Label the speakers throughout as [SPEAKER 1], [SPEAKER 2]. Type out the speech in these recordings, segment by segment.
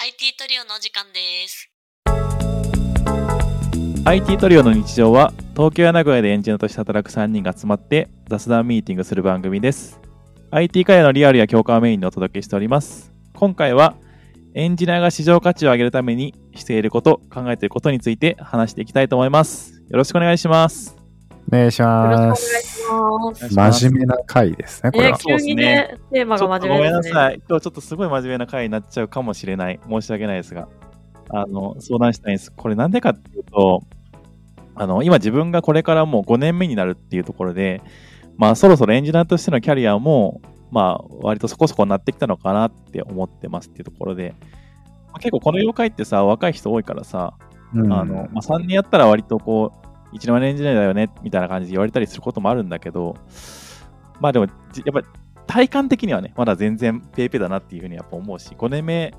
[SPEAKER 1] IT トリオのお時間です。
[SPEAKER 2] IT トリオの日常は東京や名古屋でエンジニアとして働く3人が集まって雑談ミーティングする番組です IT 界のリアルや強化をメインにお届けしております今回はエンジニアが市場価値を上げるためにしていること考えていることについて話していきたいと思いますよろしくお願いします
[SPEAKER 3] お願いし
[SPEAKER 4] よろしくお願
[SPEAKER 3] ま
[SPEAKER 4] い
[SPEAKER 3] す。
[SPEAKER 4] し
[SPEAKER 2] お願いします
[SPEAKER 3] 真面目な回ですね、これ
[SPEAKER 4] ま
[SPEAKER 3] は
[SPEAKER 4] す。。
[SPEAKER 2] そ
[SPEAKER 4] ね、
[SPEAKER 2] うです
[SPEAKER 4] 急
[SPEAKER 2] ね
[SPEAKER 4] にね、テーマ
[SPEAKER 2] ち
[SPEAKER 4] が
[SPEAKER 2] ょっと
[SPEAKER 4] 真
[SPEAKER 2] ご
[SPEAKER 4] 面目
[SPEAKER 2] め
[SPEAKER 4] で
[SPEAKER 2] んな
[SPEAKER 4] す
[SPEAKER 2] さ
[SPEAKER 4] ね。
[SPEAKER 2] い今日ちょっとすごい真面目な回になっちゃうかもしれない申し訳ないですがあの相談したいんですこれなんでかっていうとあの今自分がこれからもう5年目になるっていうところでまあそろそろエンジニアとしてのキャリアもまあ割とそこそこなってきたのかなって思ってますっていうところで、まあ結構この業界ってさ若い人多いからさ、
[SPEAKER 3] うん
[SPEAKER 2] あのまあ、3年やったら割とこう1年目エンジニアだよねみたいな感じで言われたりすることもあるんだけどまあでもじやっぱ体感的にはねまだ全然ペーペーだなっていうふうにやっぱ思うし5年目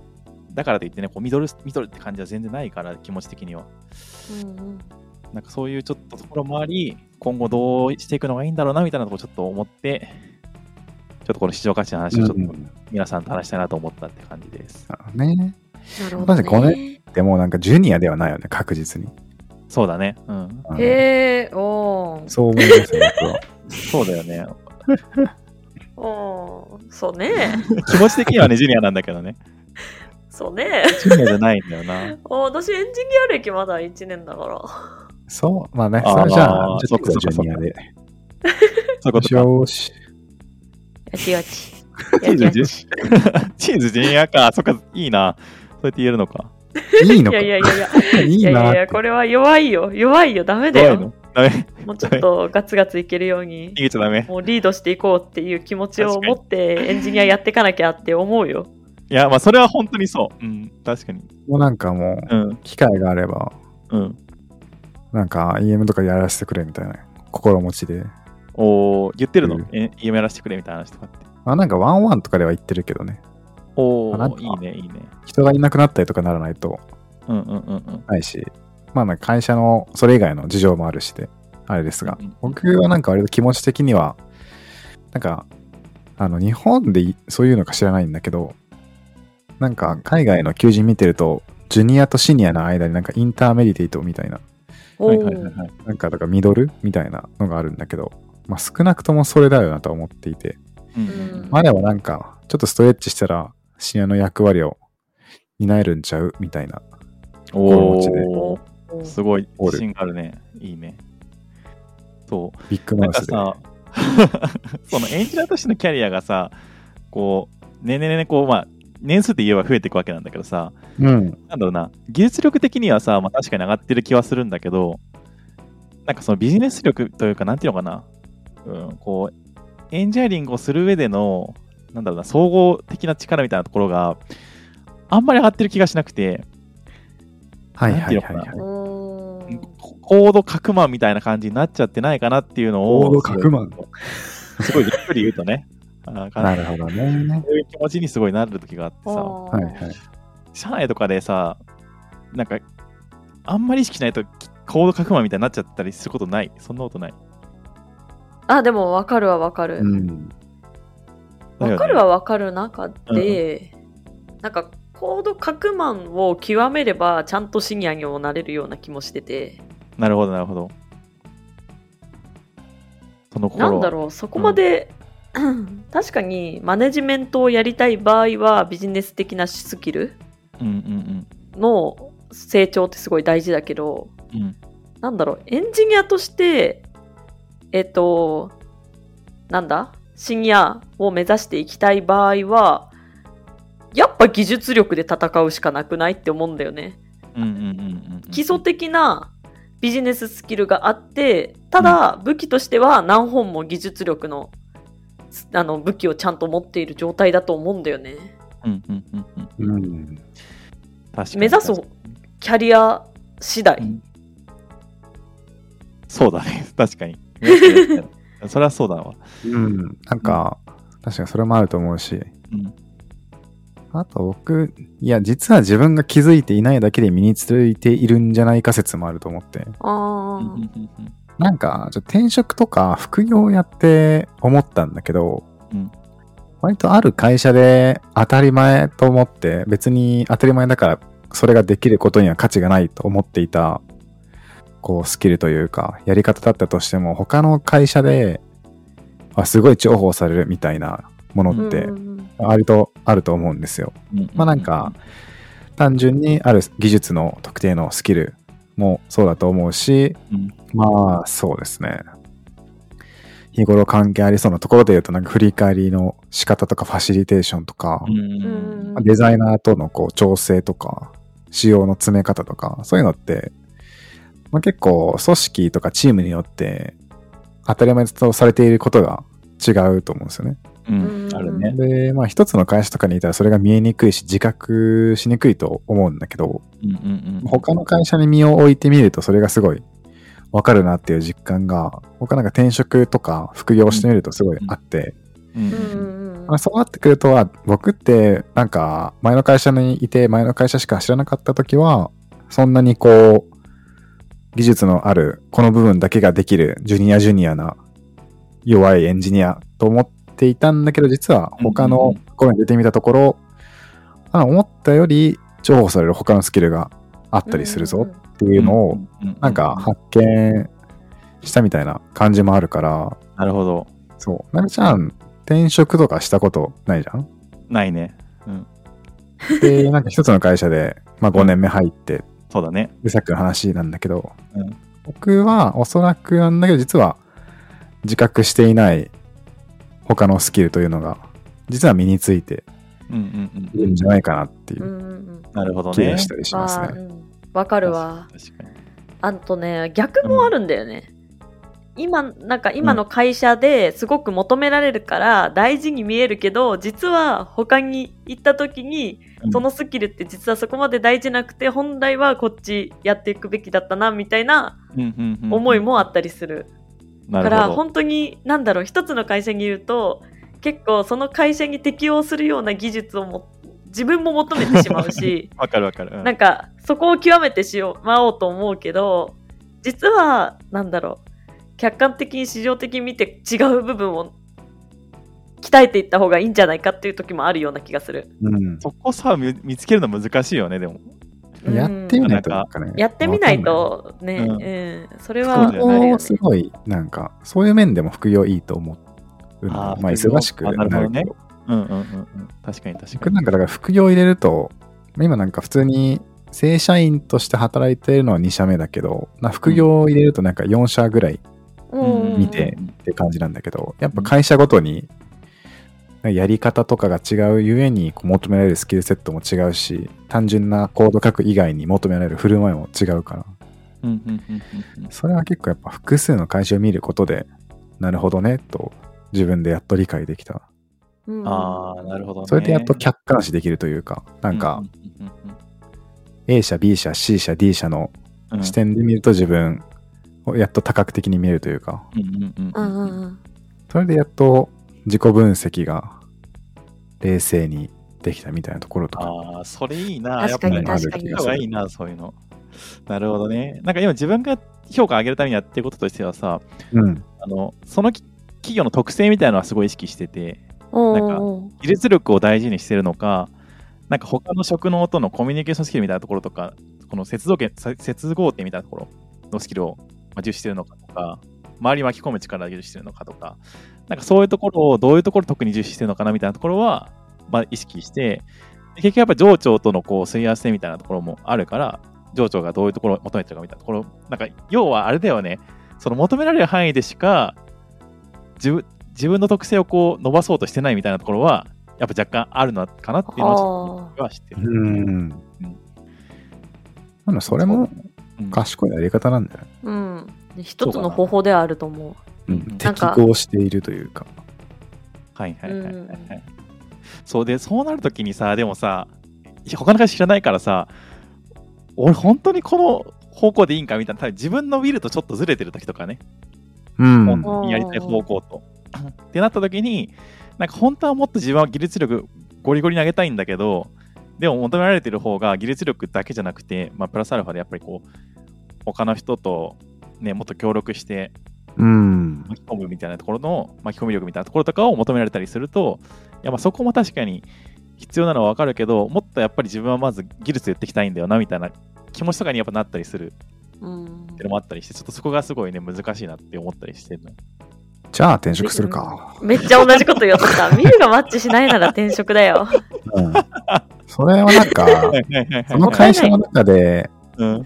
[SPEAKER 2] だからといってねこうミドルミドルって感じは全然ないから気持ち的には
[SPEAKER 4] うんうん
[SPEAKER 2] なんかそういうちょっとところもあり今後どうしていくのがいいんだろうなみたいなところちょっと思ってちょっとこの市場価値の話をちょっと皆さんと話したいなと思ったって感じです、
[SPEAKER 3] うんね。
[SPEAKER 4] なるほど
[SPEAKER 3] まず
[SPEAKER 4] ね。
[SPEAKER 3] これでもなんかジュニアではないよね、確実に。
[SPEAKER 2] そうだねうん
[SPEAKER 3] うん
[SPEAKER 4] へえ、おー
[SPEAKER 3] そう思いますね、僕は。
[SPEAKER 2] そうだよね
[SPEAKER 4] おーそうね。
[SPEAKER 2] 気持ち的にはねジュニアなんだけどね
[SPEAKER 4] そうね。
[SPEAKER 2] ジュニアじゃないんだよな
[SPEAKER 4] お私、エンジニア歴まだ1年だから。
[SPEAKER 3] そう、まあね、
[SPEAKER 2] あー
[SPEAKER 3] それじゃあ、ち
[SPEAKER 2] そ
[SPEAKER 3] ょ
[SPEAKER 2] っ
[SPEAKER 3] っ
[SPEAKER 2] かそっ
[SPEAKER 3] とジ
[SPEAKER 2] かそ
[SPEAKER 3] ュ
[SPEAKER 2] っか
[SPEAKER 3] ニアで。
[SPEAKER 2] そういうことか。
[SPEAKER 3] よし。
[SPEAKER 4] 違う違う。
[SPEAKER 2] チーズジュチーズジュニアか。そっか、いいな。そうやって言えるのか。
[SPEAKER 3] いいの
[SPEAKER 4] いや
[SPEAKER 3] か。
[SPEAKER 4] いやいやいや、
[SPEAKER 3] い
[SPEAKER 4] い
[SPEAKER 3] い
[SPEAKER 4] やい
[SPEAKER 3] な
[SPEAKER 4] や
[SPEAKER 3] っ
[SPEAKER 4] い
[SPEAKER 3] て
[SPEAKER 4] や、これは弱いよ。弱いよ。ダメだ
[SPEAKER 2] 怖い
[SPEAKER 4] よ
[SPEAKER 2] の。ダメ。
[SPEAKER 4] もうちょっとガツガツいけるように
[SPEAKER 2] 逃。げちゃダメ。
[SPEAKER 4] もうリードしていこうっていう気持ちを持ってエンジニアやっていかなきゃって思うよ。
[SPEAKER 2] いや、まあ、それは本当にそう。うん、確かに。
[SPEAKER 3] もうなんかも
[SPEAKER 2] うん、
[SPEAKER 3] う、機会があれば、
[SPEAKER 2] うん。
[SPEAKER 3] なんか EM とかやらせてくれみたいな心持ちで。
[SPEAKER 2] おー言ってるの、
[SPEAKER 3] うん
[SPEAKER 2] え、夢やらせてくれみたいな話とかって。
[SPEAKER 3] まあなんかワンワンとかでは言ってるけどね。
[SPEAKER 2] お
[SPEAKER 3] あなん
[SPEAKER 2] ー
[SPEAKER 3] か
[SPEAKER 2] いいね、いいね。
[SPEAKER 3] 人がいなくなったりとかならないと
[SPEAKER 2] うんうんうんうん。
[SPEAKER 3] ないし、まあなんか会社のそれ以外の事情もあるしで、あれですが
[SPEAKER 2] うん、
[SPEAKER 3] 僕はなんか割と気持ち的には、なんか、あの、日本でいそういうのか知らないんだけど、なんか海外の求人見てると、ジュニアとシニアの間になんかインターメディテイトみたいな、
[SPEAKER 2] はい
[SPEAKER 4] お
[SPEAKER 2] はい
[SPEAKER 4] ー
[SPEAKER 2] はいはい。
[SPEAKER 3] なんかだからミドルみたいなのがあるんだけど、まあ少なくともそれだよなとは思っていて、
[SPEAKER 2] うんうんうん
[SPEAKER 3] まあでもなんか、ちょっとストレッチしたら、シニアの役割を担えるんちゃうみたいな。心持ちで
[SPEAKER 2] おーすごい、自信があるね。いいね。そう。
[SPEAKER 3] ビッグ
[SPEAKER 2] な
[SPEAKER 3] マ
[SPEAKER 2] ん
[SPEAKER 3] ウ
[SPEAKER 2] か
[SPEAKER 3] スで。
[SPEAKER 2] さ、 そのエンジニアとしてのキャリアがさ、こう、ねねねね、こう、まあ、年数で言えば増えていくわけなんだけどさ、
[SPEAKER 3] うん。
[SPEAKER 2] なんだろうな、技術力的にはさ、まあ、確かに上がってる気はするんだけど、なんかそのビジネス力というか、なんていうのかな、うん、こう、エンジニアリングをする上での、なんだろうな、総合的な力みたいなところがあんまり上がってる気がしなくて、
[SPEAKER 3] はいはいはい
[SPEAKER 2] なんて
[SPEAKER 3] は
[SPEAKER 2] いう
[SPEAKER 3] い。
[SPEAKER 4] おー
[SPEAKER 2] こコード革マンみたいな感じになっちゃってないかなっていうのを、
[SPEAKER 3] コード革マン
[SPEAKER 2] すごいざっくり言うとね、あー
[SPEAKER 3] なるほどね。
[SPEAKER 2] そういう気持ちにすごいなる時があってさ、
[SPEAKER 4] は
[SPEAKER 3] はいはい。
[SPEAKER 2] 社内とかでさ、なんか、あんまり意識しないと、コード格マみたいになっちゃったりすることない。そんなことない。
[SPEAKER 4] あ、でも分かるは分かる。
[SPEAKER 3] うん。
[SPEAKER 2] だよね
[SPEAKER 4] 分かるは分かる中で、なんかコード革マンを極めればちゃんとシニアにもなれるような気もしてて、
[SPEAKER 2] なるほど、なるほど。その
[SPEAKER 4] な
[SPEAKER 2] 心
[SPEAKER 4] んだろう、そこまで、確かにマネジメントをやりたい場合はビジネス的なスキル
[SPEAKER 2] う。うんうん
[SPEAKER 4] の成長ってすごい大事だけど、
[SPEAKER 2] うん。うん、
[SPEAKER 4] なんだろう、エンジニアとして、えっと、なんだ、シニアを目指していきたい場合は、やっぱ技術力で戦うしかなくないって思うんだよね。
[SPEAKER 2] うんうんうんうん。
[SPEAKER 4] 基礎的なビジネススキルがあって、ただ武器としては何本も技術力のあの武器をちゃんと持っている状態だと思うんだよね。
[SPEAKER 2] うんうんうんうん。
[SPEAKER 3] うん。
[SPEAKER 2] 確かに。
[SPEAKER 4] 目指すキャリア次第。
[SPEAKER 2] うんそうだね。 確かに。 目指すやつそれはそうだわ。
[SPEAKER 3] うん。なんか、確かにそれもあると思うし、
[SPEAKER 2] うん。
[SPEAKER 3] あと僕、いや、実は自分が気づいていないだけで身についているんじゃないか説もあると思って。
[SPEAKER 4] あ
[SPEAKER 2] う
[SPEAKER 4] ー
[SPEAKER 2] んうんうんうん
[SPEAKER 3] なんか、ちょっと転職とか副業をやって思ったんだけど、
[SPEAKER 2] うん
[SPEAKER 3] 割とある会社で当たり前と思って、別に当たり前だからそれができることには価値がないと思っていた、こうスキルというか、やり方だったとしても、他の会社で、あすごい重宝されるみたいなものって
[SPEAKER 4] う、ん
[SPEAKER 3] 割とあると思うんですよ。まあなんか、単純にある技術の特定のスキルもそうだと思うし、
[SPEAKER 2] うん
[SPEAKER 3] まあそうですね。日頃関係ありそうなところで言うと、なんか振り返りの仕方とかファシリテーションとか、
[SPEAKER 2] うん
[SPEAKER 4] う
[SPEAKER 2] うん
[SPEAKER 4] ん
[SPEAKER 3] デザイナーとのこう調整とか、仕様の詰め方とか、そういうのって、まあ、結構組織とかチームによって当たり前とされていることが違うと思うんですよね。
[SPEAKER 2] うん
[SPEAKER 4] うん
[SPEAKER 2] あるね。
[SPEAKER 3] で、まあ一つの会社とかにいたらそれが見えにくいし自覚しにくいと思うんだけど、
[SPEAKER 2] うんうんうん
[SPEAKER 3] 他の会社に身を置いてみるとそれがすごいわかるなっていう実感が、他なんか転職とか副業してみるとすごいあって、
[SPEAKER 2] うん
[SPEAKER 4] うん
[SPEAKER 3] まあ、そうなってくるとは、僕ってなんか前の会社にいて前の会社しか知らなかった時は、そんなにこう、技術のあるこの部分だけができるジュニアジュニアな弱いエンジニアと思っていたんだけど、実は他のところに出てみたところ、あ思ったより重宝される他のスキルがあったりするぞっていうのを、なんか発見したみたいな感じもあるから、
[SPEAKER 2] なるほど。
[SPEAKER 3] そう。なみちゃん、転職とかしたことないじゃん
[SPEAKER 2] ないね。
[SPEAKER 3] で、なんか一つの会社で、まあ5年目入って、
[SPEAKER 2] そうだね。
[SPEAKER 3] で、さっきの話なんだけど、
[SPEAKER 2] うん
[SPEAKER 3] 僕はおそらくなんだけど、実は自覚していない他のスキルというのが、実は身について
[SPEAKER 2] うんうん
[SPEAKER 3] いうるん
[SPEAKER 2] ん。
[SPEAKER 3] じゃないかなってい
[SPEAKER 4] うんう
[SPEAKER 3] うん
[SPEAKER 4] うん
[SPEAKER 2] なるほど
[SPEAKER 3] 気
[SPEAKER 2] ね
[SPEAKER 3] がし。たりします
[SPEAKER 4] まあ
[SPEAKER 3] ね。
[SPEAKER 4] うんわかるわ
[SPEAKER 2] 確かに。
[SPEAKER 4] あとね逆もあるんだよね、今なんか今の会社ですごく求められるから大事に見えるけど実は他に行った時に
[SPEAKER 2] うん
[SPEAKER 4] そのスキルって実はそこまで大事なくて本来はこっちやっていくべきだったなみたいな
[SPEAKER 2] うんうんうん
[SPEAKER 4] 思いもあったりする、
[SPEAKER 2] な
[SPEAKER 4] だ
[SPEAKER 2] る
[SPEAKER 4] から
[SPEAKER 2] ほど。
[SPEAKER 4] 本当に何だろう一つの会社にいると結構その会社に適応するような技術をも自分も求めてしまうし
[SPEAKER 2] わかるわかる。
[SPEAKER 4] なんかそこを極めてしまおうと思うけど実はなんだろう客観的に市場的に見て違う部分を鍛えていった方がいいんじゃないかっていう時もあるような気がする
[SPEAKER 3] うん
[SPEAKER 2] そこさ、見見つけるの難しいよね、でも。
[SPEAKER 4] うん
[SPEAKER 3] やってみないとなんかね。
[SPEAKER 4] やってみないとねう
[SPEAKER 2] う
[SPEAKER 4] んん、それは
[SPEAKER 2] そ
[SPEAKER 3] わ
[SPEAKER 2] う
[SPEAKER 3] か
[SPEAKER 2] だ
[SPEAKER 3] ん
[SPEAKER 2] よ
[SPEAKER 3] ない。
[SPEAKER 2] ね
[SPEAKER 3] 副業すごい、なんか、そういう面でも副業いいと思うの。
[SPEAKER 2] あー
[SPEAKER 3] まあ、忙しくな
[SPEAKER 2] 副業あなる
[SPEAKER 3] る
[SPEAKER 2] ほどね
[SPEAKER 3] けど。
[SPEAKER 2] うんうんうんうん。確かに確か
[SPEAKER 3] 僕
[SPEAKER 2] に。
[SPEAKER 3] なんかだから副業入れると、今なんか普通に正社員として働いてるのは2社目だけど、まあ副業を入れるとなんか4社ぐらいっ
[SPEAKER 4] うん
[SPEAKER 3] 見てて感じなんだけど、やっぱ会社ごとに、やり方とかが違うゆえにこう求められるスキルセットも違うし、単純なコード書く以外に求められる振る舞いも違うから、
[SPEAKER 2] うんうんうんうんうん
[SPEAKER 3] それは結構やっぱ複数の会社を見ることで、なるほどね、と自分でやっと理解できた。
[SPEAKER 4] うん
[SPEAKER 2] ああ、なるほどね。
[SPEAKER 3] それでやっと客観視できるというか、なん
[SPEAKER 2] う
[SPEAKER 3] か
[SPEAKER 2] んうんうん
[SPEAKER 3] A 社、B 社、C 社、D 社の
[SPEAKER 2] うんうん
[SPEAKER 3] 視点で見ると自分をやっと多角的に見えるというか、
[SPEAKER 2] うんうんう
[SPEAKER 4] うんうん
[SPEAKER 2] うん
[SPEAKER 4] んうん
[SPEAKER 3] それでやっと自己分析が冷静にできたみたいなところとか。
[SPEAKER 2] ああ、それいいな。
[SPEAKER 4] 確かに
[SPEAKER 2] やっぱり
[SPEAKER 4] 確かに
[SPEAKER 2] やった方がいいな、そういうの。なるほどね。なんか今自分が評価上げるためにやってることとしてはさ、
[SPEAKER 3] うん。
[SPEAKER 2] あのそのき企業の特性みたいなのはすごい意識してて、
[SPEAKER 4] お
[SPEAKER 2] なんか
[SPEAKER 4] ー
[SPEAKER 2] 技術力を大事にしてるのか、なんか他の職能とのコミュニケーションスキルみたいなところとか、この接続点さ接合点みたいなところのスキルをまあ重視してるのかとか、周りを巻き込む力を重視してるのかとか、なんかそういうところをどういうところ特に重視してるのかなみたいなところは、まあ、意識して、で結局やっぱ上長とのこうすり合わせみたいなところもあるから、上長がどういうところを求めてるかみたいなところ、なんか要はあれだよね、その求められる範囲でしか自分自分の特性をこう伸ばそうとしてないみたいなところは、やっぱ若干あるのかなっていうのはちょっとは知ってる。
[SPEAKER 3] うん。まあそれも
[SPEAKER 2] うん
[SPEAKER 3] 賢いやり方なんだよね。
[SPEAKER 4] うん一つの方法ではあると思う
[SPEAKER 2] う
[SPEAKER 3] うんん。
[SPEAKER 2] なん
[SPEAKER 3] 適
[SPEAKER 4] か
[SPEAKER 3] 合しているというか。
[SPEAKER 2] はいはいはいはい、は
[SPEAKER 4] うん
[SPEAKER 2] い。そうで、そうなるときにさ、でもさ、他の会社知らないからさ、俺、本当にこの方向でいいんかみたいな、多分自分のウィルとちょっとずれてるときとかね、
[SPEAKER 3] うん。
[SPEAKER 2] 本当にやりたい方向と。ってなったときに、なんか本当はもっと自分は技術力ゴリゴリに上げたいんだけど、でも求められてる方が技術力だけじゃなくて、まあ、プラスアルファでやっぱりこう、他の人と、ね、もっと協力して、
[SPEAKER 3] うん。うん。
[SPEAKER 2] 巻き込むみたいなところの巻き込み力みたいなところとかを求められたりすると、いやまあそこも確かに必要なのはわかるけど、もっとやっぱり自分はまず技術言っていきたいんだよなみたいな気持ちとかにやっぱなったりする
[SPEAKER 4] うん
[SPEAKER 2] っていうのもあったりして、ちょっとそこがすごいね、難しいなって思ったりしてるの。
[SPEAKER 3] じゃあ転職するか。
[SPEAKER 4] めっちゃ同じこと言おうとした。ミルがマッチしないなら転職だよ。
[SPEAKER 3] うん。それはなん か、その会社の中で、
[SPEAKER 2] うん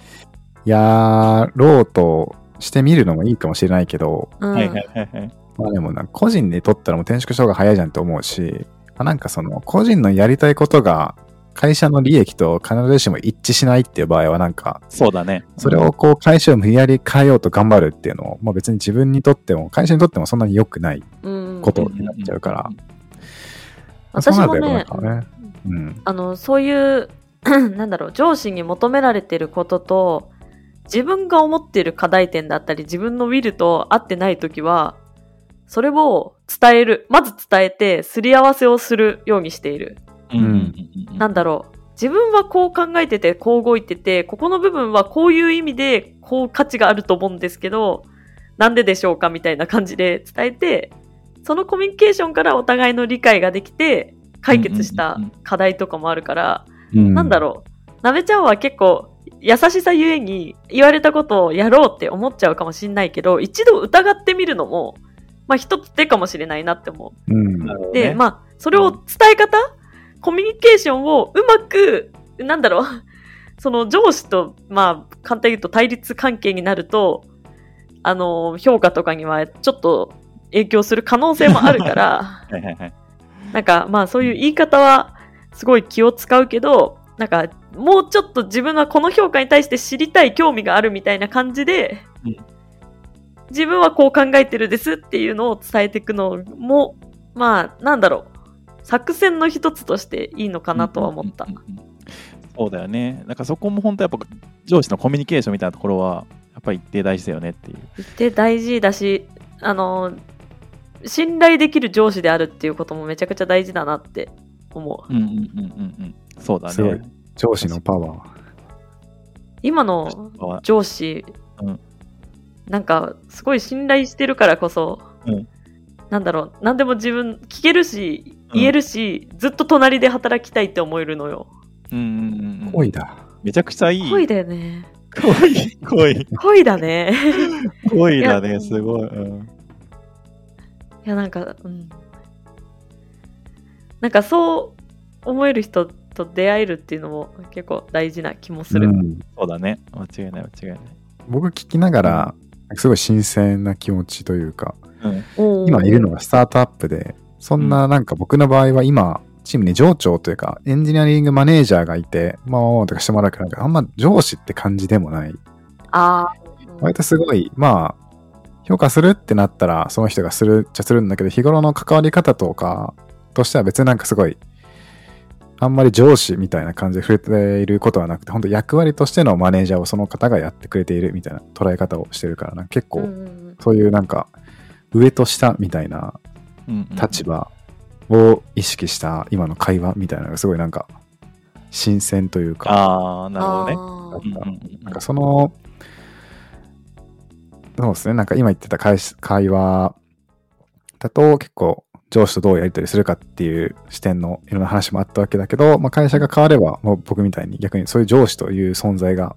[SPEAKER 3] やろうとしてみるのもいいかもしれないけど、
[SPEAKER 4] うん。
[SPEAKER 2] はいはいはいはい。
[SPEAKER 3] まあでもな、個人で取ったらもう転職した方が早いじゃんと思うし、まあ、なんかその、個人のやりたいことが、会社の利益と必ずしも一致しないっていう場合は、なんか、
[SPEAKER 2] そうだね。
[SPEAKER 3] それをこう、会社を無理やり変えようと頑張るっていうのも、まあ別に自分にとっても、会社にとってもそんなに良くない
[SPEAKER 4] うん
[SPEAKER 3] ことになっちゃうから、
[SPEAKER 4] 私も
[SPEAKER 3] そうな
[SPEAKER 4] ね
[SPEAKER 3] んだよねなんかねうん。
[SPEAKER 4] あのそういう なんだろう上司に求められてることと自分が思ってる課題点だったり自分のウィルと合ってない時はそれを伝えるまず伝えてすり合わせをするようにしている
[SPEAKER 2] うんうんうんうん。
[SPEAKER 4] なんだろう自分はこう考えててこう動いててここの部分はこういう意味でこう価値があると思うんですけどなんででしょうかみたいな感じで伝えてそのコミュニケーションからお互いの理解ができて解決した課題とかもあるから、
[SPEAKER 3] うん
[SPEAKER 4] なんだろう、なべちゃんは結構、優しさゆえに言われたことをやろうって思っちゃうかもしんないけど、一度疑ってみるのも、まあ一つ手かもしれないなって思
[SPEAKER 3] う。うん。
[SPEAKER 2] なるほど
[SPEAKER 4] う。
[SPEAKER 2] ね
[SPEAKER 4] で、まあ、それを伝え方、コミュニケーションをうまく、なんだろう、 その上司と、まあ、簡単に言うと対立関係になると、あの、評価とかにはちょっと影響する可能性もある から、
[SPEAKER 2] はいはいはい。
[SPEAKER 4] なんかまあそういう言い方はすごい気を使うけど、なんかもうちょっと自分はこの評価に対して知りたい興味があるみたいな感じで、
[SPEAKER 2] うん
[SPEAKER 4] 自分はこう考えてるですっていうのを伝えていくのも、まあなんだろう、作戦の一つとしていいのかなとは思った。
[SPEAKER 2] うんうんうんうん。そうだよね。なんかそこも本当やっぱ上司のコミュニケーションみたいなところは、やっぱり一定大事だよねっていう。
[SPEAKER 4] で、大事だし、あの、信頼できる上司であるっていうこともめちゃくちゃ大事だなって思う。
[SPEAKER 2] うんうんうんうんうん。そうだ
[SPEAKER 3] すごい
[SPEAKER 2] ね。
[SPEAKER 3] 上司のパワー。
[SPEAKER 4] 今の
[SPEAKER 2] は
[SPEAKER 4] 上司、
[SPEAKER 2] うん
[SPEAKER 4] なんかすごい信頼してるからこそ、
[SPEAKER 2] うん
[SPEAKER 4] なんだろう何でも自分聞けるし
[SPEAKER 2] うん
[SPEAKER 4] 言えるし、ずっと隣で働きたいって思えるのよ
[SPEAKER 2] うんうんうんうん。
[SPEAKER 3] 恋だ。
[SPEAKER 2] めちゃくちゃいい。
[SPEAKER 4] 恋だよね
[SPEAKER 2] 恋。恋。
[SPEAKER 4] 恋だね
[SPEAKER 2] 恋だ
[SPEAKER 4] い
[SPEAKER 2] ね、
[SPEAKER 4] や
[SPEAKER 2] すごい。うん。
[SPEAKER 4] いやなんかうんなんかそう思える人と出会えるっていうのも結構大事な気もする、
[SPEAKER 3] うん
[SPEAKER 2] そうだね。間違いない、間違い
[SPEAKER 3] 僕聞きながら、すごい新鮮な気持ちというか、
[SPEAKER 2] ない。うん。
[SPEAKER 4] おー
[SPEAKER 3] 今いるのがスタートアップで、そんななんか僕の場合は今、チームに上長というか、エンジニアリングマネージャーがいて、まあ、まあまあとかしてもらうから、なんかあんま上司って感じでもない。
[SPEAKER 4] あー
[SPEAKER 3] 割とすごい、まあ、評価するってなったら、その人がするっちゃするんだけど、日頃の関わり方とか、としては別になんかすごい、あんまり上司みたいな感じで触れていることはなくて、本当役割としてのマネージャーをその方がやってくれているみたいな捉え方をしてるから、なんか結構、
[SPEAKER 4] うんうんうん
[SPEAKER 3] そういうなんか、上と下みたいな
[SPEAKER 2] うんうん
[SPEAKER 3] 立。場を意識した今の会話みたいなのがすごいなんか、新鮮というか、
[SPEAKER 2] ああ、なるほどね。
[SPEAKER 4] あー
[SPEAKER 2] うんうんうん
[SPEAKER 3] なんかその、そうですね、なんか今言ってた会し会話だと結構上司とどうやり取りするかっていう視点のいろんな話もあったわけだけど、まあ、会社が変われば、もう僕みたいに逆にそういう上司という存在が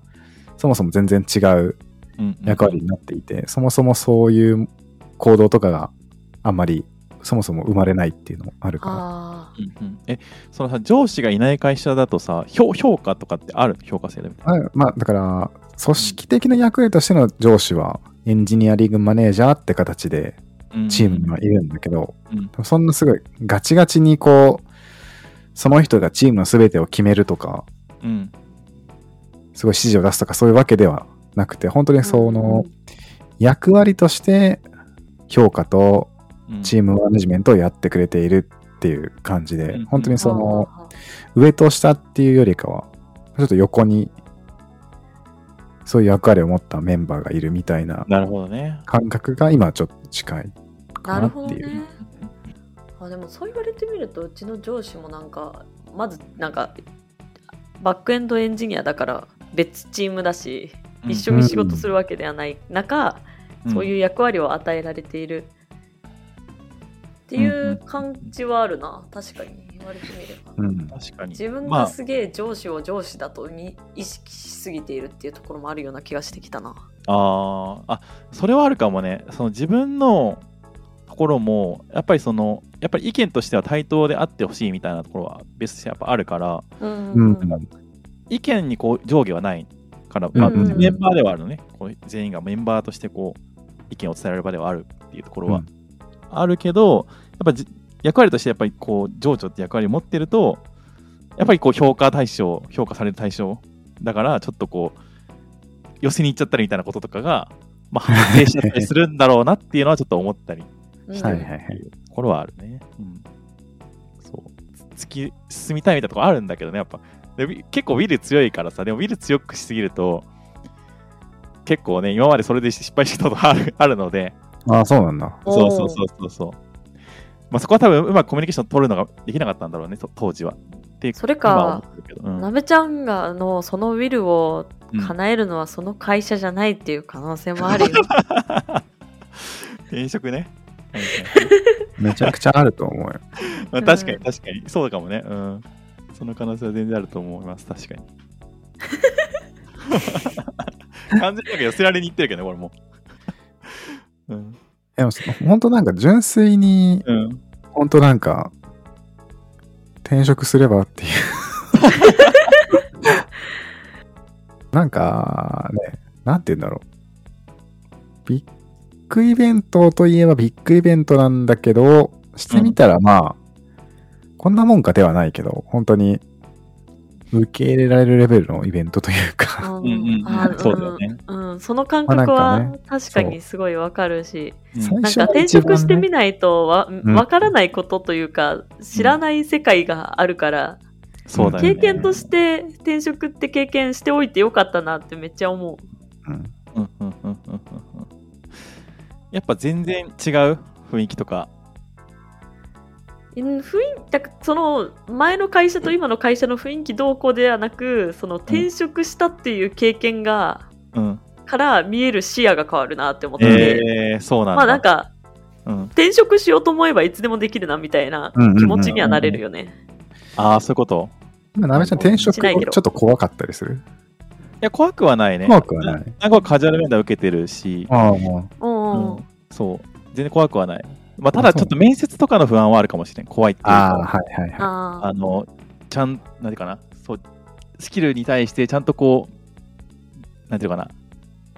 [SPEAKER 3] そもそも全然違う
[SPEAKER 2] うんうん
[SPEAKER 3] 役割になっていて、そもそもそういう行動とかがあんまりそもそも生まれないっていうのもあるか
[SPEAKER 4] あー
[SPEAKER 2] うんうんえ、そのさ、上司がいない会社だとさ、評評価とかってある評価制度みたいな。
[SPEAKER 3] ら、あまあだから組織的な役割としての上司はエンジニアリングマネージャーって形でチームにはいるんだけど、
[SPEAKER 2] うん
[SPEAKER 3] そんなすごいガチガチにこうその人がチームの全てを決めるとか
[SPEAKER 2] うん。
[SPEAKER 3] すごい指示を出すとかそういうわけではなくて本当にその
[SPEAKER 4] うん
[SPEAKER 3] 役割として評価と
[SPEAKER 2] うん
[SPEAKER 3] チームマネジメントをやってくれているっていう感じで、
[SPEAKER 2] うん
[SPEAKER 3] 本当にその、
[SPEAKER 4] あー
[SPEAKER 3] 上と下っていうよりかは、ちょっと横に、そういう役割を持ったメンバーがいるみたいな
[SPEAKER 2] なるほどね。
[SPEAKER 3] 感覚が今ちょっと近いか
[SPEAKER 4] なる
[SPEAKER 3] なっ
[SPEAKER 4] ほ
[SPEAKER 3] て
[SPEAKER 4] ど
[SPEAKER 3] いう。
[SPEAKER 4] ねあでもそう言われてみるとうちの上司もなんかまずなんかバックエンドエンジニアだから別チームだし一緒に仕事するわけではない中、
[SPEAKER 2] ん
[SPEAKER 4] そういう役割を与えられているってい
[SPEAKER 2] んうん
[SPEAKER 4] う感じはあるな確かに言われてみれば、
[SPEAKER 3] うん。
[SPEAKER 2] 確かに。
[SPEAKER 4] 自分
[SPEAKER 2] ま
[SPEAKER 4] が
[SPEAKER 2] あ
[SPEAKER 4] すげえ上司を上司だとみ意識しすぎているっていうところもあるような気がしてきたな
[SPEAKER 2] あーあそれはあるかもねその自分のところもやっぱりそのやっぱり意見としては対等であってほしいみたいなところは別にやっぱあるから
[SPEAKER 4] うん
[SPEAKER 3] う。
[SPEAKER 4] うんん
[SPEAKER 2] 意見にこう上下はないから、
[SPEAKER 3] うん
[SPEAKER 2] まあ
[SPEAKER 4] うんうん
[SPEAKER 2] メンバーではあるのねこう全員がメンバーとしてこう意見を伝えられる場ではあるっていうところ
[SPEAKER 3] う
[SPEAKER 2] は
[SPEAKER 3] ん
[SPEAKER 2] あるけど、やっぱじ役割としてやっぱりこう情緒って役割を持ってるとやっぱりこう評価対象評価される対象だからちょっとこう寄せに行っちゃったりみたいなこととかが、まあ、発生しちゃったりするんだろうなっていうのはちょっと思ったり
[SPEAKER 4] うん
[SPEAKER 3] はいはいはい。
[SPEAKER 2] これはあるね。うん。そう。つ突き進みたいみたいなとこあるんだけどね、やっぱ。でウィ結構ウィル強いからさ、でもウィル強くしすぎると、結構ね、今までそれで失敗したことがある あるので、
[SPEAKER 3] ああ、そうなんだ。
[SPEAKER 4] おー
[SPEAKER 2] そうそうそうそうそう。まあ、そこは多分うまくコミュニケーション取るのができなかったんだろうね、と当時は。って
[SPEAKER 4] それ
[SPEAKER 2] 今は
[SPEAKER 4] か
[SPEAKER 2] 思ってるけどうん
[SPEAKER 4] なべちゃんがあのそのウィルを
[SPEAKER 2] うん
[SPEAKER 4] 叶えるのはその会社じゃないっていう可能性もあるよ
[SPEAKER 2] 転職ね。はい
[SPEAKER 3] めちゃくちゃあると思うよ。
[SPEAKER 2] はい
[SPEAKER 4] ん
[SPEAKER 2] 確かに確かに、そうかもね。うん。その可能性は全然あると思います、確か に。完全になんか寄せられに行ってるけどね、これもう。うん。
[SPEAKER 3] でも、本当なんか純粋に、
[SPEAKER 2] うん、
[SPEAKER 3] 本当なんか、転職すればっ ていう。なんか、ね、なんて言うんだろう。ビッグイベントといえばビッグイベントなんだけど、してみたらまあ、こんなもんかではないけど、本当に、受け入れられるレベルのイベントというか、
[SPEAKER 4] う
[SPEAKER 2] うんうん
[SPEAKER 4] んあ
[SPEAKER 2] そうだよね。
[SPEAKER 4] うん、その感覚
[SPEAKER 3] まあな
[SPEAKER 4] は
[SPEAKER 3] ん
[SPEAKER 4] 確かにすごいわかるし、
[SPEAKER 2] うん
[SPEAKER 3] 最
[SPEAKER 4] なん
[SPEAKER 3] 初
[SPEAKER 4] か
[SPEAKER 3] は
[SPEAKER 4] 転
[SPEAKER 3] 一番ね
[SPEAKER 4] 職してみないとわ,、
[SPEAKER 3] ん
[SPEAKER 4] わからないことというか知らない世界があるから、
[SPEAKER 2] そうだよね。
[SPEAKER 4] 経験として転職って経験しておいてよかったなってめっちゃ思う。
[SPEAKER 3] うん
[SPEAKER 2] うんうんうんうんうんうんやっぱ全然違う雰囲気とか。
[SPEAKER 4] うん雰囲気だからその前の会社と今の会社の雰囲気どうこうではなくその転職したっていう経験が、
[SPEAKER 2] うん。
[SPEAKER 4] から見える視野が変わるなって思ったので、
[SPEAKER 2] えー、そうなんだ。
[SPEAKER 4] まあなんか
[SPEAKER 2] うん、
[SPEAKER 4] 転職しようと思えばいつでもできるなみたいな
[SPEAKER 3] うんうんうん
[SPEAKER 4] 気持ちにはなれるよね。
[SPEAKER 2] ああ、そういうこと。
[SPEAKER 3] 今、なべちゃん転職
[SPEAKER 4] しないけど
[SPEAKER 3] ちょっと怖かったりする
[SPEAKER 2] いや、怖くはないね。
[SPEAKER 3] 怖くはない。
[SPEAKER 2] なんかカジュアル面談受けてるし、
[SPEAKER 3] ああ、も
[SPEAKER 4] うん
[SPEAKER 2] うんそう。全然怖くはない。まあ、ただちょっと面接とかの不安はあるかもしれん。怖いっていう
[SPEAKER 3] う。ああ、
[SPEAKER 2] か、
[SPEAKER 3] はいはいは
[SPEAKER 4] あー
[SPEAKER 2] あの、ちゃん、なんていうかな、そう、スキルに対してちゃんとこう、なんていうかな、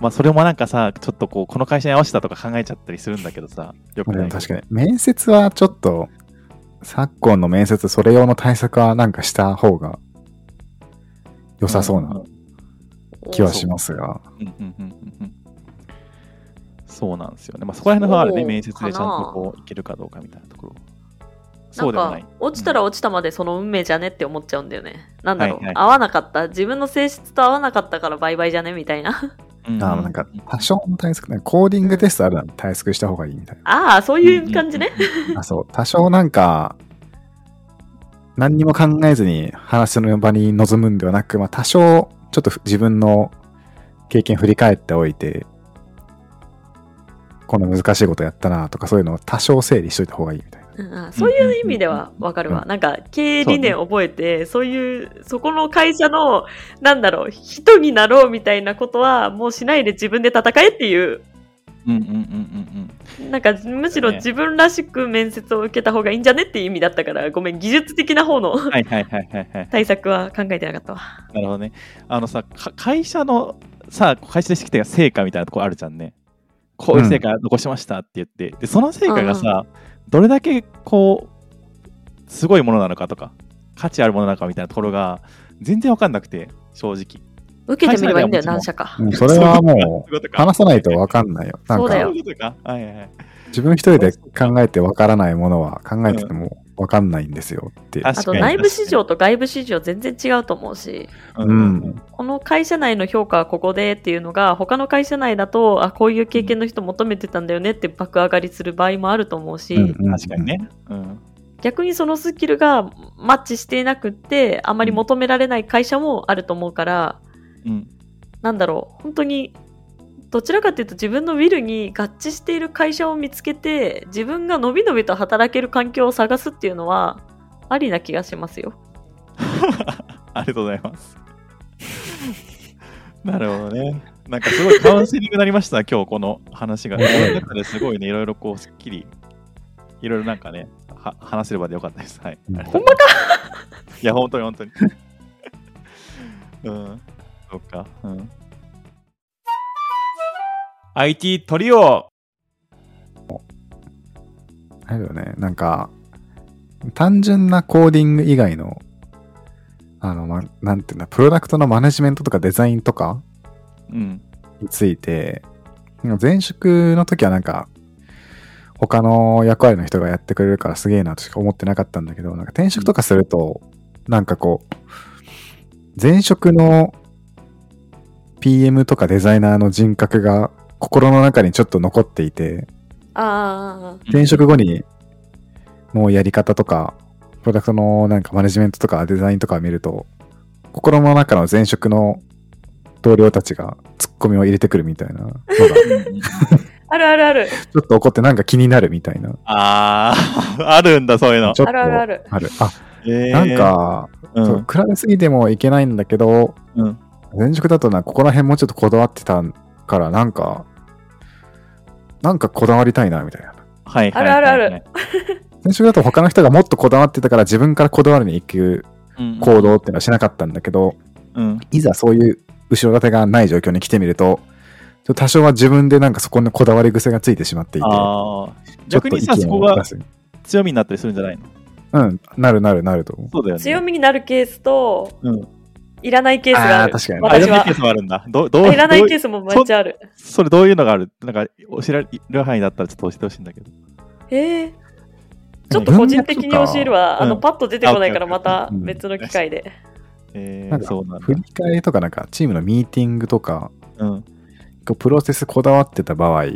[SPEAKER 2] まあ、それもなんかさ、ちょっとこう、この会社に合わせたとか考えちゃったりするんだけどさ、よ
[SPEAKER 3] い。
[SPEAKER 2] く
[SPEAKER 3] で
[SPEAKER 2] な
[SPEAKER 3] も
[SPEAKER 2] い。
[SPEAKER 3] 確かに。面接はちょっと、昨今の面接、それ用の対策はなんかした方が良さそうな気はしますが。
[SPEAKER 2] うんうんうんうんうんそうなんですよね。まあ、そこら辺の方はあるね、
[SPEAKER 4] そう
[SPEAKER 2] 面接でちゃん
[SPEAKER 4] かな
[SPEAKER 2] とこう、いけるかどうかみたいなところ。
[SPEAKER 4] な
[SPEAKER 2] そうんでもな
[SPEAKER 4] か
[SPEAKER 2] い。
[SPEAKER 4] 落ちたら落ちたまでその運命じゃねって思っちゃうんだよね。なんだろう、
[SPEAKER 2] はいはい
[SPEAKER 4] 合わなかった自分の性質と合わなかったからバイバイじゃねみたいな。
[SPEAKER 2] うん
[SPEAKER 3] ああ、なんか、多少の対策、なんかコーディングテストあるなら対策した方がいいみ たい
[SPEAKER 4] ああそういう感じね。
[SPEAKER 3] な。あそう、多少なんか、何にも考えずに話の場に臨むんではなく、まあ多少、ちょっと自分の経験振り返っておいて、こんな難しいことやったなとかそういうのを多少整理しといた方がいいみたいな。
[SPEAKER 4] うんうんそういう意味ではわかるわ。
[SPEAKER 3] う
[SPEAKER 4] なんか経営理念覚えてそう,、いうそこの会社のなんだろう人になろうみたいなことはもうしないで自分で戦えっていう
[SPEAKER 2] うんうんうんうん
[SPEAKER 4] なんかむしろ自分らしく面接を受けた方がいいんじゃねっていう意味だったからごめん技術的な方の
[SPEAKER 2] うん。 はいはいはいはいはい。
[SPEAKER 4] 対策は考えてなかったわ。
[SPEAKER 2] なるほどね。あのさ、か会社のさ、会社でしてきた成果みたいなとこあるじゃんね。こういう成果残しましたって言って、でその成果がさ、どれだけこう、すごいものなのかとか、価値あるものなのかみたいなところが、全然わかんなくて、正直。
[SPEAKER 4] 受けてみればいいんだよ
[SPEAKER 2] 会社内ではもちろん
[SPEAKER 4] 何社か。
[SPEAKER 3] うんそれはも
[SPEAKER 2] そういうこと
[SPEAKER 3] う、
[SPEAKER 2] か
[SPEAKER 3] 話さないと分かんないよ。なん
[SPEAKER 4] そうだ
[SPEAKER 3] か
[SPEAKER 4] よ、
[SPEAKER 2] そういうことか。はいはいはい。
[SPEAKER 3] 自分一人で考えて分からないものは考えてても分かんないんですよって。
[SPEAKER 2] 確
[SPEAKER 4] あ
[SPEAKER 2] か
[SPEAKER 4] と
[SPEAKER 2] に
[SPEAKER 4] 内部市場と外部市場全然違うと思うし、
[SPEAKER 3] う。ん。
[SPEAKER 4] この会社内の評価はここでっていうのが、他の会社内だと、あ、こういう経験の人求めてたんだよねって爆上がりする場合もあると思うし、
[SPEAKER 2] 確かに。ね。うん。
[SPEAKER 4] 逆にそのスキルがマッチしていなくって、あまり求められない会社もあると思うから、
[SPEAKER 2] うん。
[SPEAKER 4] なんだろう、本当にどちらかというと自分のウィルに合致している会社を見つけて自分がのびのびと働ける環境を探すっていうのはありな気がしますよ。
[SPEAKER 2] ありがとうございます。なるほどね。なんかすごいカウンセリングになりました、 今日この話が。自分の中ですごいね、いろいろこう、すっきり、いろいろなんかね、は話せればでよかったです。はい。
[SPEAKER 3] うん
[SPEAKER 2] ほんまかいや、本当に本当に。うん。そうか。うん。IT トリオ
[SPEAKER 3] あれだよね、なんか、単純なコーディング以外の、あの、ま、なんていうんだ、プロダクトのマネジメントとかデザインとか
[SPEAKER 2] うん。
[SPEAKER 3] について、なんか前職の時はなんか、他の役割の人がやってくれるからすげえなとしか思ってなかったんだけど、なんか転職とかすると、なんかこう、前職の PM とかデザイナーの人格が心の中にちょっと残っていて、
[SPEAKER 4] あ
[SPEAKER 3] 転職後にのやり方とか、プロダクトのなんかマネジメントとかデザインとかを見ると、心の中の前職の同僚たちがツッコミを入れてくるみたいなのが、ち
[SPEAKER 2] うんうん
[SPEAKER 4] ああるあるある
[SPEAKER 3] ょっと怒ってなんか気になるみたいな。
[SPEAKER 2] あー、あるんだ、そういうの
[SPEAKER 3] ちょ。っと
[SPEAKER 4] あるあるある
[SPEAKER 3] あ、
[SPEAKER 2] えー
[SPEAKER 3] なん、か、
[SPEAKER 2] う。
[SPEAKER 3] そうん比べすぎてもいけないんだけど、
[SPEAKER 2] うん
[SPEAKER 3] 前職だとな、ここら辺もうちょっとこだわってたから、なんか、なんかこだわりたいな、みたいな。
[SPEAKER 2] はいはいはい、はい。
[SPEAKER 4] あるあるある
[SPEAKER 3] 前職だと他の人がもっとこだわってたから自分からこだわりに行く
[SPEAKER 2] うん。
[SPEAKER 3] 行動っていうのはしなかったんだけど、
[SPEAKER 2] うん。
[SPEAKER 3] いざそういう後ろ盾がない状況に来てみると、ちょっと多少は自分でなんかそこのこだわり癖がついてしまっていて、
[SPEAKER 2] ああ。
[SPEAKER 3] ちょっ
[SPEAKER 2] 逆
[SPEAKER 3] と
[SPEAKER 2] に
[SPEAKER 3] 意
[SPEAKER 2] さ、そ
[SPEAKER 3] 見
[SPEAKER 2] こ
[SPEAKER 3] を
[SPEAKER 2] が
[SPEAKER 3] 出す。
[SPEAKER 2] 強みになったりするんじゃないの
[SPEAKER 3] うん、なるなるなると思う。
[SPEAKER 2] そうだよね。
[SPEAKER 4] 強みになるケースと、
[SPEAKER 2] うん
[SPEAKER 4] いらないケースがあ
[SPEAKER 3] ああ
[SPEAKER 4] る
[SPEAKER 3] ー、確かに。
[SPEAKER 2] あいら
[SPEAKER 4] 私
[SPEAKER 2] ない
[SPEAKER 4] は
[SPEAKER 2] ケースもあるんだ。どど
[SPEAKER 4] あ
[SPEAKER 2] う
[SPEAKER 4] いらない
[SPEAKER 2] どう
[SPEAKER 4] ケースもめっちゃある。
[SPEAKER 2] それどういうのがあるなんか、教えられる範囲だったらちょっと教えてほしいんだけど。
[SPEAKER 4] えーち
[SPEAKER 2] な
[SPEAKER 4] ょっ
[SPEAKER 2] ん
[SPEAKER 4] と
[SPEAKER 2] か
[SPEAKER 4] 個人的に教えるわ。
[SPEAKER 2] うん
[SPEAKER 4] あの、パッと出てこないから
[SPEAKER 2] うん
[SPEAKER 4] また
[SPEAKER 3] うん
[SPEAKER 4] 別の機会で。
[SPEAKER 2] え
[SPEAKER 3] なん
[SPEAKER 2] ー、
[SPEAKER 3] か
[SPEAKER 2] そうなんだ
[SPEAKER 3] 振。り返りとかなんかチームのミーティングとか、
[SPEAKER 2] うん。
[SPEAKER 3] こうプロセスこだわってた場合、
[SPEAKER 2] うん。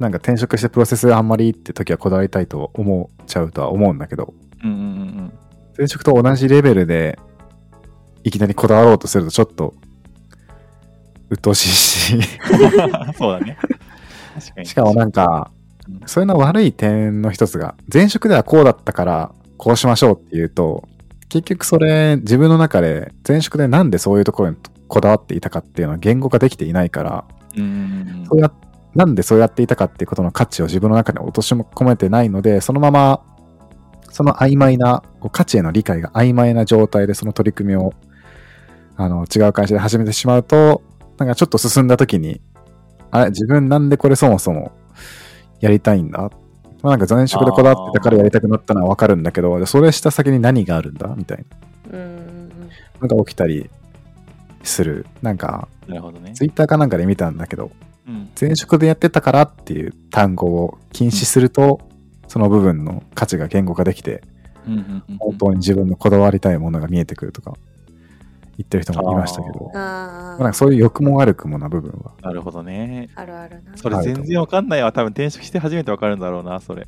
[SPEAKER 3] なんか転職してプロセスあんまりって時はこだわりたいと思っちゃうとは思うんだけど、
[SPEAKER 2] うんうん
[SPEAKER 3] 前職と同じレベルでいきなりこだわろうとするとちょっと鬱陶しいし、
[SPEAKER 2] うんうん。そうだね。確かに。
[SPEAKER 3] しかもなんか
[SPEAKER 2] うん、
[SPEAKER 3] そういうの悪い点の一つが、前職ではこうだったから、こうしましょうっていうと、結局それ自分の中で前職でなんでそういうところにこだわっていたかっていうのは言語化できていないから、
[SPEAKER 2] うんうん
[SPEAKER 3] そうやなんでそうやっていたかっていうことの価値を自分の中に落とし込めてないので、そのまま、その曖昧な、こう価値への理解が曖昧な状態でその取り組みを、あの、違う会社で始めてしまうと、なんかちょっと進んだ時に、あれ、自分なんでこれそもそもやりたいんだまあなんか前職でこだわってたからやりたくなったのはわかるんだけど、それした先に何があるんだみたいな。
[SPEAKER 4] うん。
[SPEAKER 3] なんか起きたりする。なんか、
[SPEAKER 2] うん。なるほどね。
[SPEAKER 3] ツイッターかなんかで見たんだけど、
[SPEAKER 2] うん。
[SPEAKER 3] 前職でやってたからっていう単語を禁止すると、その部分の価値が言語化できて、
[SPEAKER 2] うんうんうん。
[SPEAKER 3] 本当に自分のこだわりたいものが見えてくるとか言ってる人もいましたけど、
[SPEAKER 2] あ
[SPEAKER 4] あ
[SPEAKER 3] なんかそういう欲も悪くもな部分は。
[SPEAKER 2] なるほどね。
[SPEAKER 4] あるあるな。
[SPEAKER 2] それ全然わかんないわ。多分転職して初めてわかるんだろうな、それ。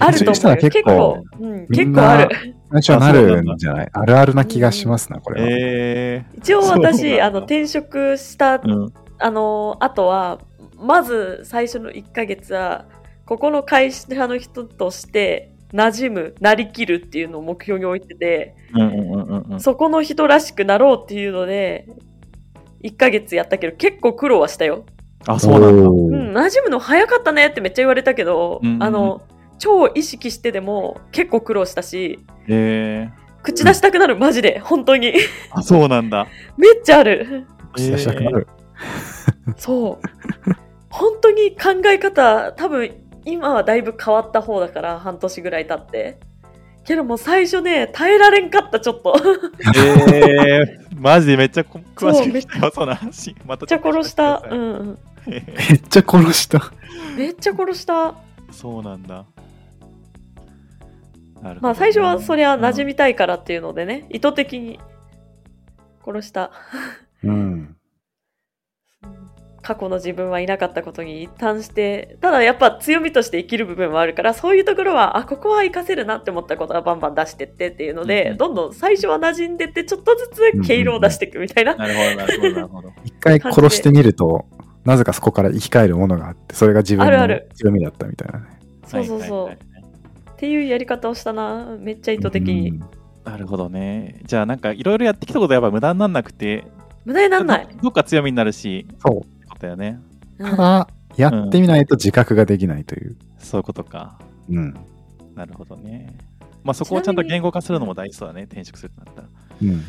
[SPEAKER 4] あると
[SPEAKER 3] そした
[SPEAKER 4] 思うよ。
[SPEAKER 3] ら
[SPEAKER 4] 結
[SPEAKER 3] 結
[SPEAKER 4] 構
[SPEAKER 3] 構、
[SPEAKER 4] うん、
[SPEAKER 3] み
[SPEAKER 4] 結
[SPEAKER 3] ん
[SPEAKER 4] 構
[SPEAKER 3] な
[SPEAKER 4] ある。
[SPEAKER 3] 最初はなるんじゃないあるあるな気がしますな、これは。
[SPEAKER 2] え
[SPEAKER 4] 一応
[SPEAKER 2] そうなん
[SPEAKER 4] 私、
[SPEAKER 2] だ
[SPEAKER 4] あの、転職した
[SPEAKER 2] ー。うん。
[SPEAKER 4] あの、あとは、まず最初の1ヶ月は、ここの会社の人として、馴染む、なりきるっていうのを目標に置いてて、
[SPEAKER 2] うんうんうんうんうん。
[SPEAKER 4] そこの人らしくなろうっていうので、1ヶ月やったけど、結構苦労はしたよ。
[SPEAKER 2] あ、そうなんだ。
[SPEAKER 3] お
[SPEAKER 4] う
[SPEAKER 3] ー
[SPEAKER 4] ん、馴染むの早かったねってめっちゃ言われたけど、
[SPEAKER 2] うんうんうん
[SPEAKER 4] あの、超意識してでも結構苦労したし、
[SPEAKER 2] えー。
[SPEAKER 4] 口出したくなる、マジで、本当に。
[SPEAKER 2] あ、そうなんだ。
[SPEAKER 4] めっちゃある。
[SPEAKER 3] 口出したくなる。
[SPEAKER 4] そう。本当に考え方、多分今はだいぶ変わった方だから、半年ぐらい経って。けどもう最初ね、耐えられんかった、ちょっと。めっ
[SPEAKER 2] えー、マジでめっちゃこ詳し
[SPEAKER 4] そう
[SPEAKER 2] く
[SPEAKER 4] め
[SPEAKER 2] 聞
[SPEAKER 4] っ
[SPEAKER 2] きたよ、その話。また
[SPEAKER 4] ちゃ殺した。う
[SPEAKER 2] うん
[SPEAKER 4] んうん。
[SPEAKER 3] めっちゃ殺した。
[SPEAKER 4] めっちゃ殺した。
[SPEAKER 2] そうなんだ。なるほどね
[SPEAKER 4] まあ最初はそりゃ馴染みたいからっていうのでね、意図的に殺した。
[SPEAKER 3] うん。
[SPEAKER 4] 過去の自分はいなかったことに一旦して、ただやっぱ強みとして生きる部分はあるから、そういうところは、あ、ここは活かせるなって思ったことはバンバン出してってっていうの
[SPEAKER 2] うん
[SPEAKER 4] で、
[SPEAKER 2] うん
[SPEAKER 4] どんどん最初は馴染んでって、ちょっとずつ毛色を出していくみたいな。
[SPEAKER 2] なるほど、なるほど、なるほど。
[SPEAKER 3] 一回殺してみると、なぜかそこから生き返るものがあって、それが自分
[SPEAKER 4] あるあ
[SPEAKER 3] の
[SPEAKER 4] る
[SPEAKER 3] 強みだったみたいなね。
[SPEAKER 4] そうそうそう。
[SPEAKER 2] はいはいはい
[SPEAKER 4] っていうやり方をしたな。めっちゃ意図的
[SPEAKER 3] う
[SPEAKER 4] に。
[SPEAKER 3] ん
[SPEAKER 2] なるほどね。じゃあなんかいろいろやってきたことはやっぱ無駄になんなくて、
[SPEAKER 4] 無駄になんない。
[SPEAKER 2] どどっか強みになるし、
[SPEAKER 3] そう。
[SPEAKER 2] ってことだよね。
[SPEAKER 4] うん
[SPEAKER 3] ただ、やってみないと自覚ができないという。
[SPEAKER 2] そういうことか。
[SPEAKER 3] うん。
[SPEAKER 2] なるほどね。まあそこをちゃんと言語化するのも大事そうだね、転職するとなったら。
[SPEAKER 3] うん。
[SPEAKER 2] うんうん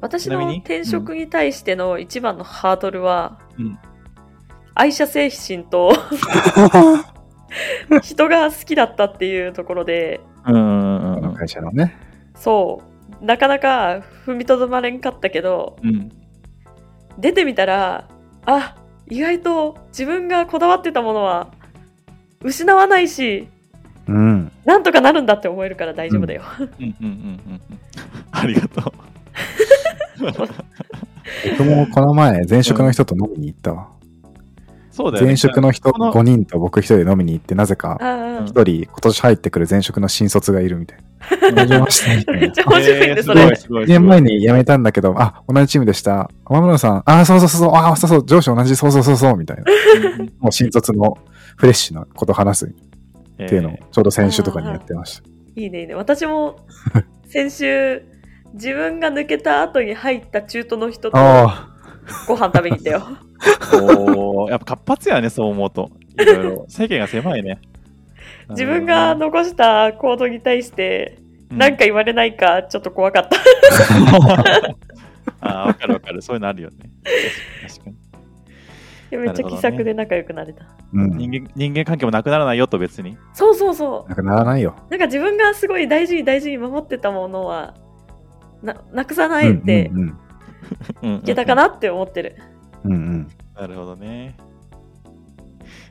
[SPEAKER 4] 私
[SPEAKER 2] ちなみ
[SPEAKER 4] の
[SPEAKER 2] に
[SPEAKER 4] 転
[SPEAKER 2] う
[SPEAKER 4] 職
[SPEAKER 2] ん
[SPEAKER 4] に対しての一番のハードルは、
[SPEAKER 2] うん
[SPEAKER 4] 愛者精神と人が好きだったっていうところで
[SPEAKER 2] うんうんう
[SPEAKER 3] こ
[SPEAKER 2] ん
[SPEAKER 3] の 会社のね。
[SPEAKER 4] そうなかなか踏みとどまれんかったけど
[SPEAKER 2] うん。
[SPEAKER 4] 出てみたらあ意外と自分がこだわってたものは失わないし
[SPEAKER 3] うん。
[SPEAKER 4] なんとかなるんだって思えるから大丈夫だよ、
[SPEAKER 2] うんうんうんうんうん。 ありがとう。
[SPEAKER 3] 僕もこの前、前職の人と飲みに行ったわ。
[SPEAKER 2] そうだよね。
[SPEAKER 3] 前職の人
[SPEAKER 2] この
[SPEAKER 3] 5人と僕1人で飲みに行って、なぜか
[SPEAKER 4] ああ
[SPEAKER 2] うん
[SPEAKER 3] 1人、今年入ってくる前職の新卒がいるみたいな。
[SPEAKER 2] うん
[SPEAKER 3] はじめましてみたい
[SPEAKER 4] めっ
[SPEAKER 3] な。
[SPEAKER 4] ちゃ面白いね、
[SPEAKER 2] えー
[SPEAKER 4] そ
[SPEAKER 2] すごい
[SPEAKER 4] れ。
[SPEAKER 2] すごい
[SPEAKER 3] 2年前に辞めたんだけど、あ、同じチームでした。天村さん、あ、そうそうそうそう、あ、そうそう、上司同じ、そうそうそうそう、みたいな。もう新卒のフレッシュなこと話すっ
[SPEAKER 2] って
[SPEAKER 3] いうのを、ちょうど先週とかにやってました。
[SPEAKER 4] いいね、いいね。私も先週、自分が抜けた後に入った中東の人と
[SPEAKER 3] あ
[SPEAKER 4] ご飯食べに行った よ。
[SPEAKER 2] おーやっぱ活発やね、そう思うと。いろい ろ。世間が狭いね。
[SPEAKER 4] 自分が残した行動に対して、
[SPEAKER 2] な
[SPEAKER 4] 何
[SPEAKER 2] る
[SPEAKER 4] か言われないか、ちょっと怖かった。
[SPEAKER 2] ほどねうん あー、わかるわかる。そういうのあるよね。確かに。
[SPEAKER 4] めっちゃ気さくで仲良くなれた。
[SPEAKER 3] あ、うん。
[SPEAKER 2] 人間人間関係もなくならないよと別に。
[SPEAKER 4] そうそうそ
[SPEAKER 3] なんかならないよ。
[SPEAKER 4] う。なんか自分がすごい大事に大事に守ってたものは、ななくさないで
[SPEAKER 3] うんうん
[SPEAKER 2] うんうんうん
[SPEAKER 4] いけたかなって思ってる。
[SPEAKER 3] うん。うんうん
[SPEAKER 2] なるほどね。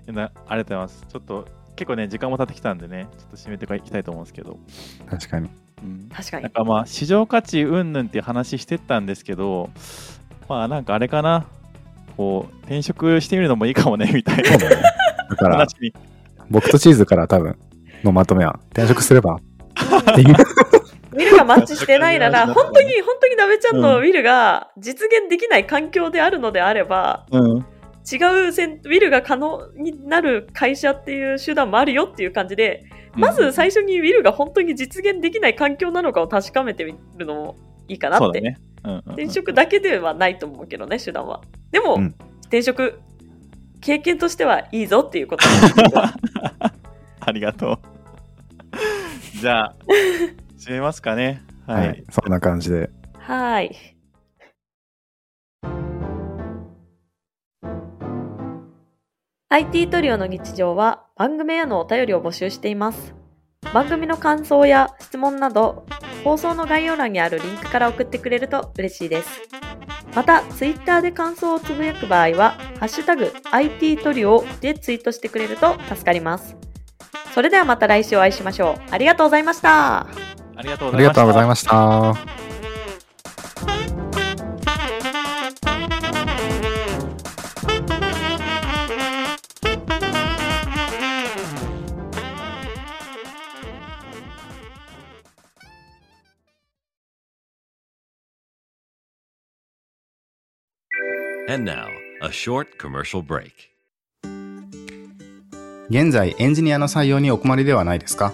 [SPEAKER 2] なありがとうございます。ちょっと結構ね、時間も経ってきたんでね、ちょっと締めていきたいと思うんですけど。
[SPEAKER 3] 確かに。
[SPEAKER 2] うん
[SPEAKER 4] 確かに
[SPEAKER 2] なん。かまあ市場価値うんぬんっていう話してたんですけど、まあなんかあれかな、こう転職してみるのもいいかもねみたい
[SPEAKER 3] そ
[SPEAKER 2] な
[SPEAKER 3] うだね。だ から、
[SPEAKER 2] 話に、
[SPEAKER 3] 僕とチーズから多分のまとめは、転職すれば っていう。
[SPEAKER 4] ウィルがマッチしてないなら、
[SPEAKER 2] 確かに
[SPEAKER 4] 本当に、本当に鍋ちゃん
[SPEAKER 2] う
[SPEAKER 4] の
[SPEAKER 2] ん
[SPEAKER 4] ウィルが実現できない環境であるのであれば、
[SPEAKER 2] うん、
[SPEAKER 4] 違うせんウィルが可能になる会社っていう手段もあるよっていう感じで、まず最初にウィルが本当に実現できない環境なのかを確かめてみるのもいいかな
[SPEAKER 2] そ
[SPEAKER 4] っ
[SPEAKER 2] うだ
[SPEAKER 4] て。
[SPEAKER 2] ね。うんうんうん
[SPEAKER 4] 転職だけではないと思うけどね、手段は。でも、
[SPEAKER 3] うん
[SPEAKER 4] 転職、経験としてはいいぞっていう こと。
[SPEAKER 2] あり がとう。じゃあ、締めますかね。は。
[SPEAKER 3] はいい。そんな感じで。
[SPEAKER 4] はい。IT トリオの日常は番組へのお便りを募集しています。番組の感想や質問など、放送の概要欄にあるリンクから送ってくれると嬉しいです。また、Twitter で感想をつぶやく場合は、ハッシュタグ IT トリオでツイートしてくれると助かります。それではまた来週お会いしましょう。ありがとうございました。
[SPEAKER 2] ありがとうご
[SPEAKER 3] あ
[SPEAKER 2] ざ
[SPEAKER 3] り
[SPEAKER 2] い
[SPEAKER 3] が
[SPEAKER 2] まし
[SPEAKER 3] とう
[SPEAKER 2] た
[SPEAKER 3] ござい。ました。
[SPEAKER 5] And now, a short commercial break.
[SPEAKER 3] 現在エンジニアの採用にお困りではないですか